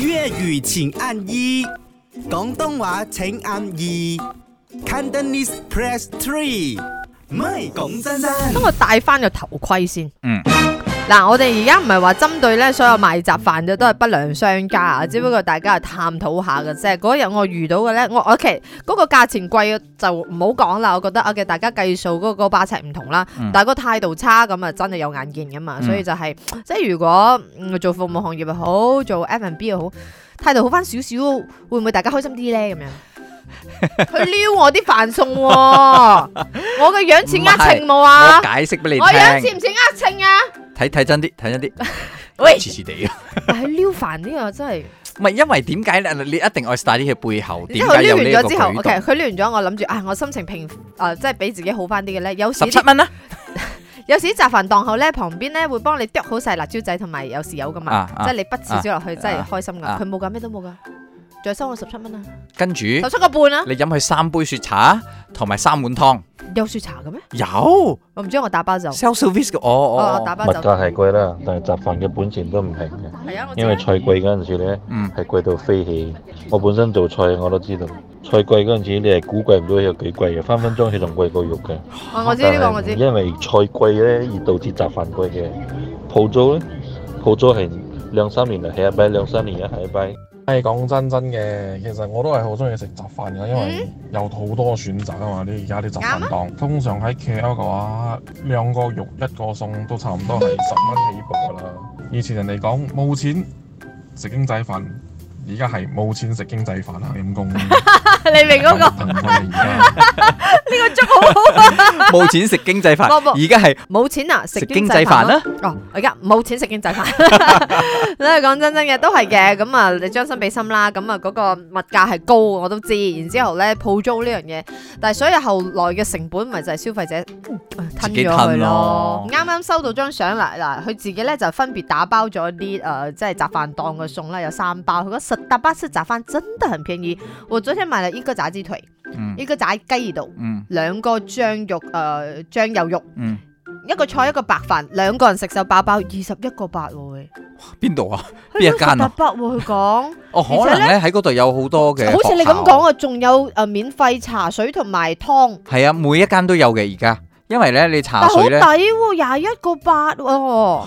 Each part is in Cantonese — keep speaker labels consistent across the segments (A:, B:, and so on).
A: 粤语请按一，广东话请按二，Cantonese press three。唔係講真真，
B: 等我戴翻個頭盔先。
C: 嗯。
B: 嗱，我哋而家唔係話針對咧所有賣雜飯嘅都係不良商家啊，只不過大家係探討下嘅啫。嗰日我遇到嘅咧，我 OK 嗰個價錢貴就唔好講啦，我覺得 OK 大家計數嗰個八尺唔同啦，
C: 嗯
B: 但係個態度差咁啊，真係有眼見噶嘛。
C: 嗯
B: 所以就係、即係如果、嗯做服務行業又好，做 F&B 又好，態度好翻少少，會唔會大家開心啲咧？咁樣佢撩我啲飯餸 喎，我嘅樣似呃秤冇啊
C: 我？解釋俾你
B: 我樣似
C: 聽，
B: 唔似呃秤啊？
C: 睇睇真啲，睇真啲，
B: 喂，
C: 黐黐地啊！
B: 但係撩飯呢個真係，
C: 唔係因為點解咧？你一定愛 style 啲佢背後
B: 然之
C: 點
B: 後
C: 解
B: 撩
C: 有
B: 完
C: 呢一個
B: 咗之後
C: 舉
B: ，OK，
C: 動？
B: 佢撩完咗，我諗住啊，我心情平啊，即係俾自己好翻啲嘅咧。有時
C: 十七蚊啦，
B: 有時雜飯檔口咧，旁邊咧會幫你剁好晒辣椒仔同埋有豉油噶嘛
C: 啊，啊
B: 即係你滗少少落去，真係開心噶。
C: 啊
B: 佢冇㗎，咩都冇㗎，再收我十七蚊啊，
C: 跟住
B: 十七個半啊，
C: 你飲佢三杯雪茶同埋三碗湯，
B: 有雪茶嘅咩？
C: 有
B: 我唔知，我打包就，
C: self service 嘅，哦
B: 我
C: 哦
B: 打
C: 哦，
B: 包
D: 物
B: 就。
D: 價係貴啦，但係雜飯嘅本錢都唔平嘅，
B: 係啊，我知
D: 因為
B: 啊。
D: 菜貴嗰陣時咧
C: 嗯
D: 係貴到飛起。我本身做菜我都知道，菜貴嗰陣時你係估計唔到有幾貴嘅，分分鐘佢仲貴過肉嘅。
B: 哦我我知
D: 但
B: 呢個
D: 係
B: 我知。
D: 因為菜貴咧而導致雜飯貴嘅。鋪租咧，鋪租係兩三年就起一批，兩三年一起一批。
E: 係講真真嘅，其實我都係好中意食雜飯嘅，因為
B: 嗯
E: 有好多選擇啊嘛。你而家啲雜飯
B: 啊
E: 檔，通常喺 KL 嘅話，兩個肉一個餸都差唔 多係十蚊起步噶啦。以前人哋講冇錢食經濟飯，而家係冇錢食經濟飯啊！陰公，
B: 你明嗰個呢
E: 貧困啊而家。
B: 個粥好好啊！
C: 冇錢食經濟飯，
B: 我冇
C: 而家係
B: 冇錢啊，食
C: 食
B: 經
C: 經
B: 濟飯
C: 濟飯
B: 啦
C: 啦。
B: 哦，我而家冇錢食經濟飯。 咧講真真嘅都係嘅，咁啊你將心比心啦，咁啊嗰個物價係高，我都知。然之後咧鋪租呢樣嘢，但係所以後來嘅成本咪就係消費者嗯吞
C: 自己
B: 咗佢
C: 吞
B: 咯
C: 咯。
B: 啱啱收到張相啦，嗱佢自己咧就分別打包咗啲誒即係雜飯檔嘅餸啦，有三包。佢講實搭巴式雜飯真的很便宜，我哦昨天買了一個炸雞腿，
C: 嗯
B: 一個炸雞度，
C: 嗯
B: 兩個醬肉誒、呃、醬油肉。
C: 嗯
B: 一個菜一個白飯，兩個人食就飽飽二十一個八喎，喂
C: 邊度啊？
B: 佢
C: 邊
B: 都
C: 一間
B: 特
C: 啊
B: 北喎，佢講
C: 哦，可能咧喺嗰度有好多嘅，
B: 好似你咁講。啊，仲有誒免費茶水同埋湯，
C: 係啊，每一間都有嘅而家，因為咧你茶
B: 但好
C: 啊水
B: 抵
C: 咧
B: 喎，廿一個八喎，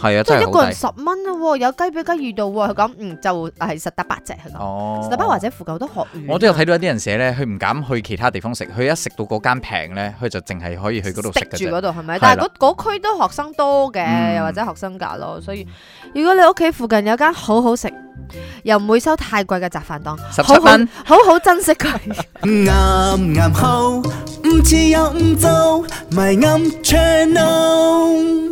C: 係啊，
B: 即係
C: 真係
B: 一個
C: 好
B: 人
C: 抵。
B: 十蚊啊喎，有雞髀雞魚度喎，佢講嗯就係實得八隻，佢講
C: 哦
B: 實得八或者附近好多學院，
C: 我都有睇到一啲人寫咧，佢唔敢去其他地方食，佢一食到嗰間平咧，佢就淨係可以去嗰度食嘅
B: 住嗰
C: 啫。
B: 度係咪？
C: 係啦
B: 但係嗰嗰區都學生多嘅，
C: 嗯
B: 又或者學生價咯，所以如果你屋企附近有間好好食，又唔會收太貴嘅雜飯檔，
C: 十
B: 好
C: 七
B: 好
C: 蚊，
B: 好好珍惜佢。
A: 啱啱好，唔似又唔做，咪啱 channel。